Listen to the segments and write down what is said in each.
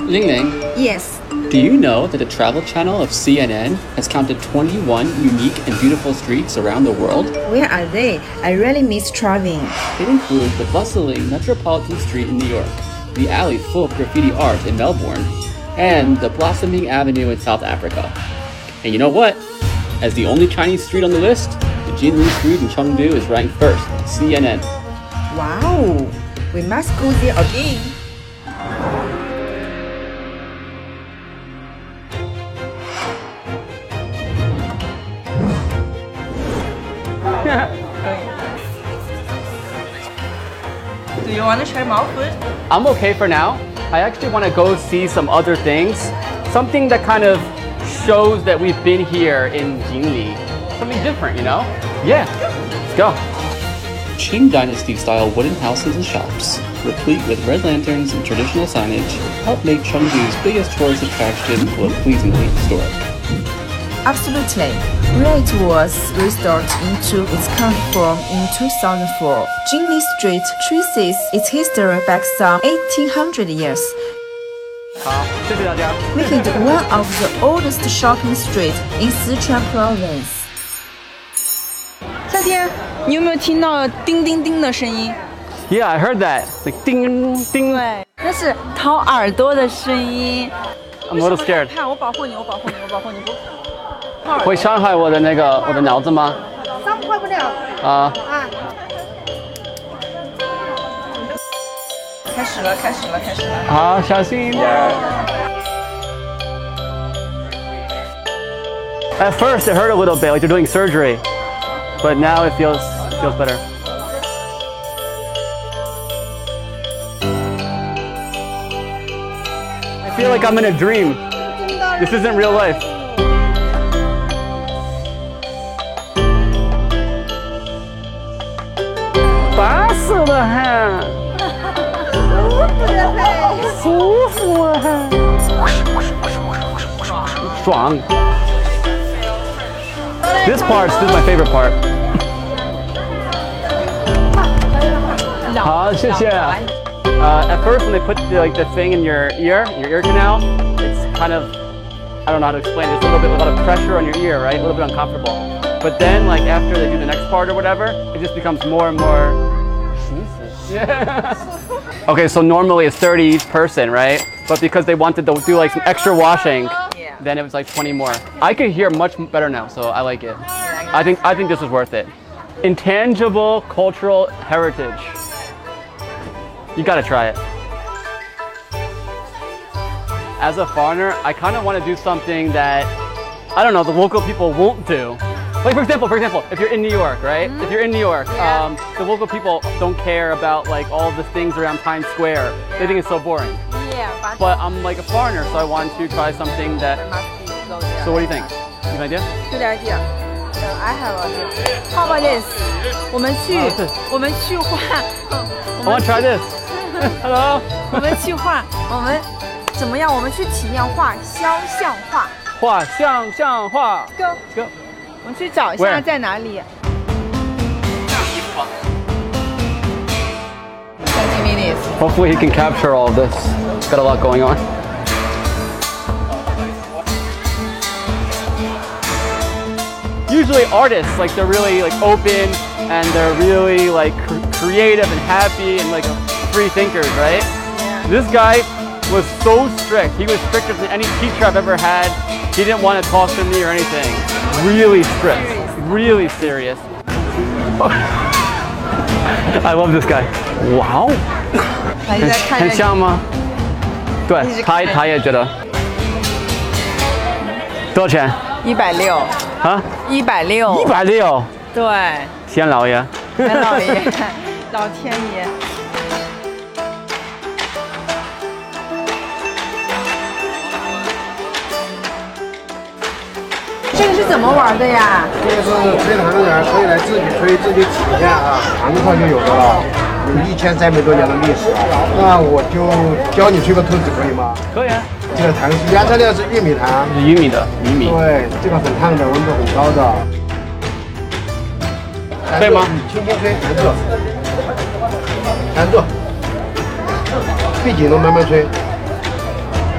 Ling Ling, Yes. do you know that the travel channel of CNN has counted 21 unique and beautiful streets around the world? Where are they? I really miss traveling. It includes the bustling Metropolitan Street in New York, the alley full of graffiti art in Melbourne, and the blossoming avenue in South Africa. And you know what? As the only Chinese street on the list, the Jinli Street in Chengdu is ranked first. CNN. Wow. We must go there again. Do you want to try Mao food? I'm okay for now. I actually want to go see some other things. Something that kind of shows that we've been here in Jingli. Something different, you know? Yeah. Let's go. Qing Dynasty style wooden houses and shops, replete with red lanterns and traditional signage, help make Chengdu's biggest tourist attraction look pleasingly historic. Absolutely. Where it was restored into its current form in 2004, Jinli Street traces its history back some 1800 years, 好，谢谢大家。 making it one of the oldest shopping streets in Sichuan province. 夏天，你有没有听到叮叮叮的声音？ Yeah, I heard that. Like ding ding. 对，那是掏耳朵的声音。 I'm a little scared. 看，我保护你，我保护你，我保护你。不回伤害我的那个我的脑子吗？伤坏不了啊、啊！开始了，开始了，开始了。好，小心一点。At first, it hurt a little bit, like they're doing surgery, but now it feels feels better. I feel like I'm in a dream. This isn't real life. strong. This part this is my favorite part. 好，谢谢。Uh, at first, when they put the, like the thing in your ear, your ear canal, it's kind of I don't know how to explain. It's a little bit with a lot of pressure on your ear, right? A little bit uncomfortable. But then, like after they do the next part or whatever, it just becomes more and more. Okay, so normally it's 30 each person, right? But because they wanted to do like some extra washing, Yeah. then it was like 20 more. I could hear much better now, so I like it. I think I think this was worth it. Intangible cultural heritage. You gotta try it. As a foreigner, I kind of want to do something that I don't know the local people won't do. Like for example, for example, if you're in New York, right? If you're in New York, um, the local people don't care about like all the things around Times Square. They think it's so boring. Yeah, But I'm like a foreigner, so I want to try something that. must be go there. So what do you think? You have an idea? Good idea. So 呃 I have a idea. How about this? 我们去啊对，我们去画， I want to try this. Hello. 我们去画，我们怎么样？我们去体验画肖像画。画像像画 Go， ，Let's go. 我们去找一 Where？下在哪里。Twenty minutes. Hopefully he can capture all of this. It's got a lot going on. Usually artists like they're really like open and they're really like cr- creative and happy and like free thinkers, right? This guy was so strict. He was stricter than any teacher I've ever had. He didn't want to talk to me or anything. Really strict. Really serious. I love this guy. Wow. 还是在看很着你。像吗？对一直，他看着他也觉得。多少钱一百六，啊？一百六，一。百六！对，天老爷，哎老爷，老天爷。这个是怎么玩的呀？这个是吹糖人，可以来自己吹，自己体验啊。唐朝就有的了，有一千三百多年的历史。啊那我就教你吹个兔子，可以吗？可以啊。这个糖原材料是玉米糖，是玉米的，玉米。对，这个很烫的，温度很高的。弹对奏吗？你轻轻吹，弹奏，弹奏，闭紧了慢慢吹。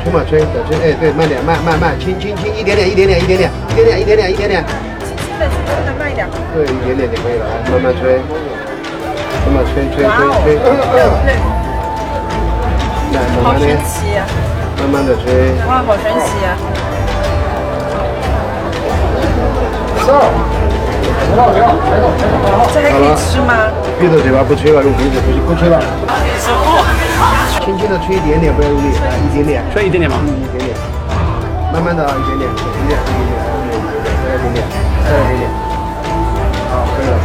春满春等春，哎对，慢点，慢慢慢，轻轻轻，一点点，一点点，一点点，一点点，一点点，一点点，轻轻的，轻轻的，慢一点。对，一点点就可以了，啊慢慢吹，慢慢吹吹哇哦，吹吹，对对，来慢好慢神的，奇，啊慢慢的吹。哇，好神奇。啊这还可以吃吗？闭着嘴巴不吹了，用鼻子呼吸，不吹了。轻轻的吹一点点，不要用力，来一点点，吹一点点吗？一点点，慢慢的，一点点，一点点，一点点，一点点，再来一点点，好，可以了，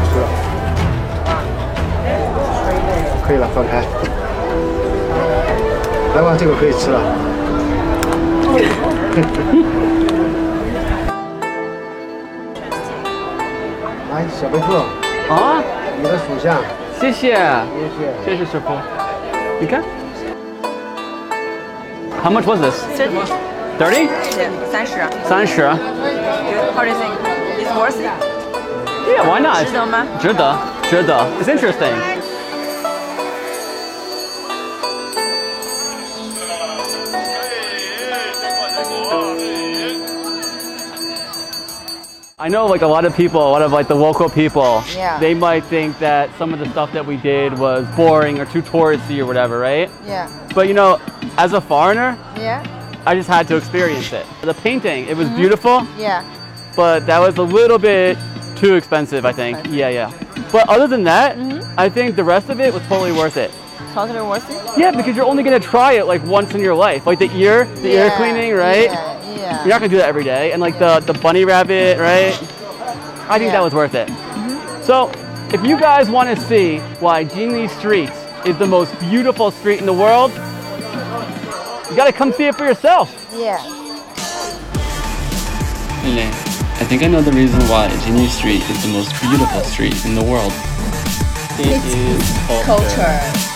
可以了，可以了，放开。来吧，这个可以吃了。来，小白兔，啊，你的属相，谢谢，谢谢。谢谢师傅。你看，How much was this? Thirty? 三十。啊三十 How do you think? It's worth it？ ？Yeah, why not? 值得吗？值得，值得。It's interesting. 哎， I know like a lot of people, a lot of like the local people, Yeah. they might think that some of the stuff that we did was boring or too touristy or whatever, right? Yeah. But you know, as a foreigner, Yeah. I just had to experience it. The painting, it was beautiful, Yeah. but that was a little bit too expensive, I think. Yeah, yeah. But other than that, I think the rest of it was totally worth it. Totally worth it. Yeah, because you're only gonna try it like once in your life, like the ear, the ear cleaning, right? Yeah. yeah. You're not gonna do that every day, and like the the bunny rabbit, right? I think that was worth it. So, if you guys want to see why Jinli Street is the most beautiful street in the world, you gotta come see it for yourself. Yeah. I think I know the reason why Jinyu Street is the most beautiful street in the world. It is Culture.